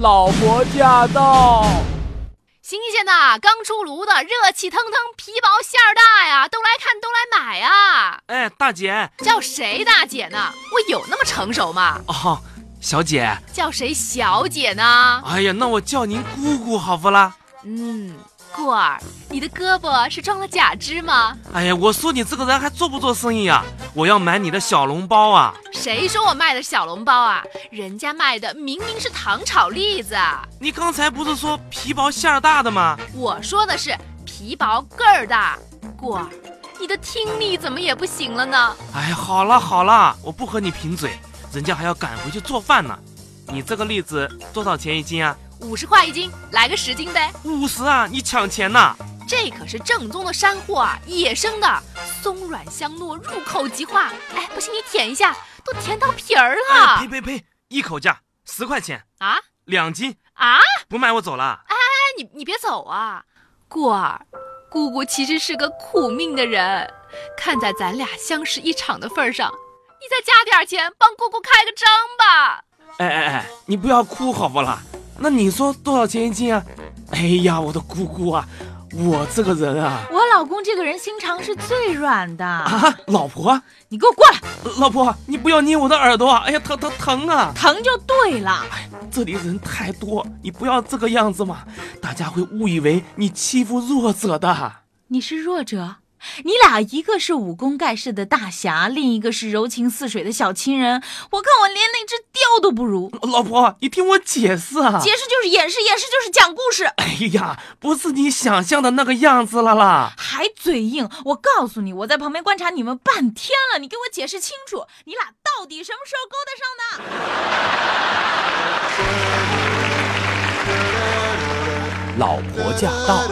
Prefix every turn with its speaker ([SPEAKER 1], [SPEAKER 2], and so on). [SPEAKER 1] 老婆驾到！
[SPEAKER 2] 新鲜的、刚出炉的、热气腾腾、皮薄馅儿大呀，都来看，都来买呀！
[SPEAKER 1] 哎，大姐
[SPEAKER 2] 叫谁大姐呢？我有那么成熟吗？
[SPEAKER 1] 哦，小姐，
[SPEAKER 2] 叫谁小姐呢？
[SPEAKER 1] 哎呀，那我叫您姑姑好不啦？
[SPEAKER 2] 嗯，过儿，你的胳膊是装了假肢吗？
[SPEAKER 1] 哎呀，我说你这个人还做不做生意啊？我要买你的小笼包啊！
[SPEAKER 2] 谁说我卖的是小笼包啊？人家卖的明明是糖炒栗子，啊
[SPEAKER 1] 你刚才不是说皮薄馅儿大的吗？
[SPEAKER 2] 我说的是皮薄个儿大。过儿，你的听力怎么也不行了呢？
[SPEAKER 1] 哎，好了好了，我不和你贫嘴，人家还要赶回去做饭呢。你这个栗子多少钱一斤啊？
[SPEAKER 2] 五十块一斤，来个十斤呗。
[SPEAKER 1] 五十啊！你抢钱呐？
[SPEAKER 2] 这可是正宗的山货啊，野生的，松软香糯，入口即化。哎，不信你舔一下，都甜到皮儿了、
[SPEAKER 1] 哎呸呸呸！一口价十块钱，
[SPEAKER 2] 啊
[SPEAKER 1] 两斤，
[SPEAKER 2] 啊！
[SPEAKER 1] 不卖我走了。
[SPEAKER 2] 哎，你你别走啊，过儿，姑姑其实是个苦命的人，看在咱俩相识一场的份儿上，你再加点钱帮姑姑开个张吧。
[SPEAKER 1] 哎哎哎，你不要哭好不啦？那你说多少钱一斤啊？哎呀，我的姑姑啊，我这个人啊
[SPEAKER 3] 我老公这个人心肠是最软的，
[SPEAKER 1] 啊，老婆，
[SPEAKER 3] 你给我过来，
[SPEAKER 1] 老婆，啊你不要捏我的耳朵啊！哎呀，疼疼疼啊！
[SPEAKER 3] 疼就对了。
[SPEAKER 1] 这里人太多，你不要这个样子嘛，大家会误以为你欺负弱者的。
[SPEAKER 3] 你是弱者，你俩一个是武功盖世的大侠，另一个是柔情似水的小情人。我看我连那只雕都不如。
[SPEAKER 1] 老婆，啊你听我解释啊！
[SPEAKER 3] 解释就是掩饰，掩饰就是讲故事，
[SPEAKER 1] 哎呀，不是你想象的那个样子了啦！
[SPEAKER 3] 还嘴硬。我告诉你，我在旁边观察你们半天了，你给我解释清楚，你俩到底什么时候勾搭上的？
[SPEAKER 4] 老婆驾到。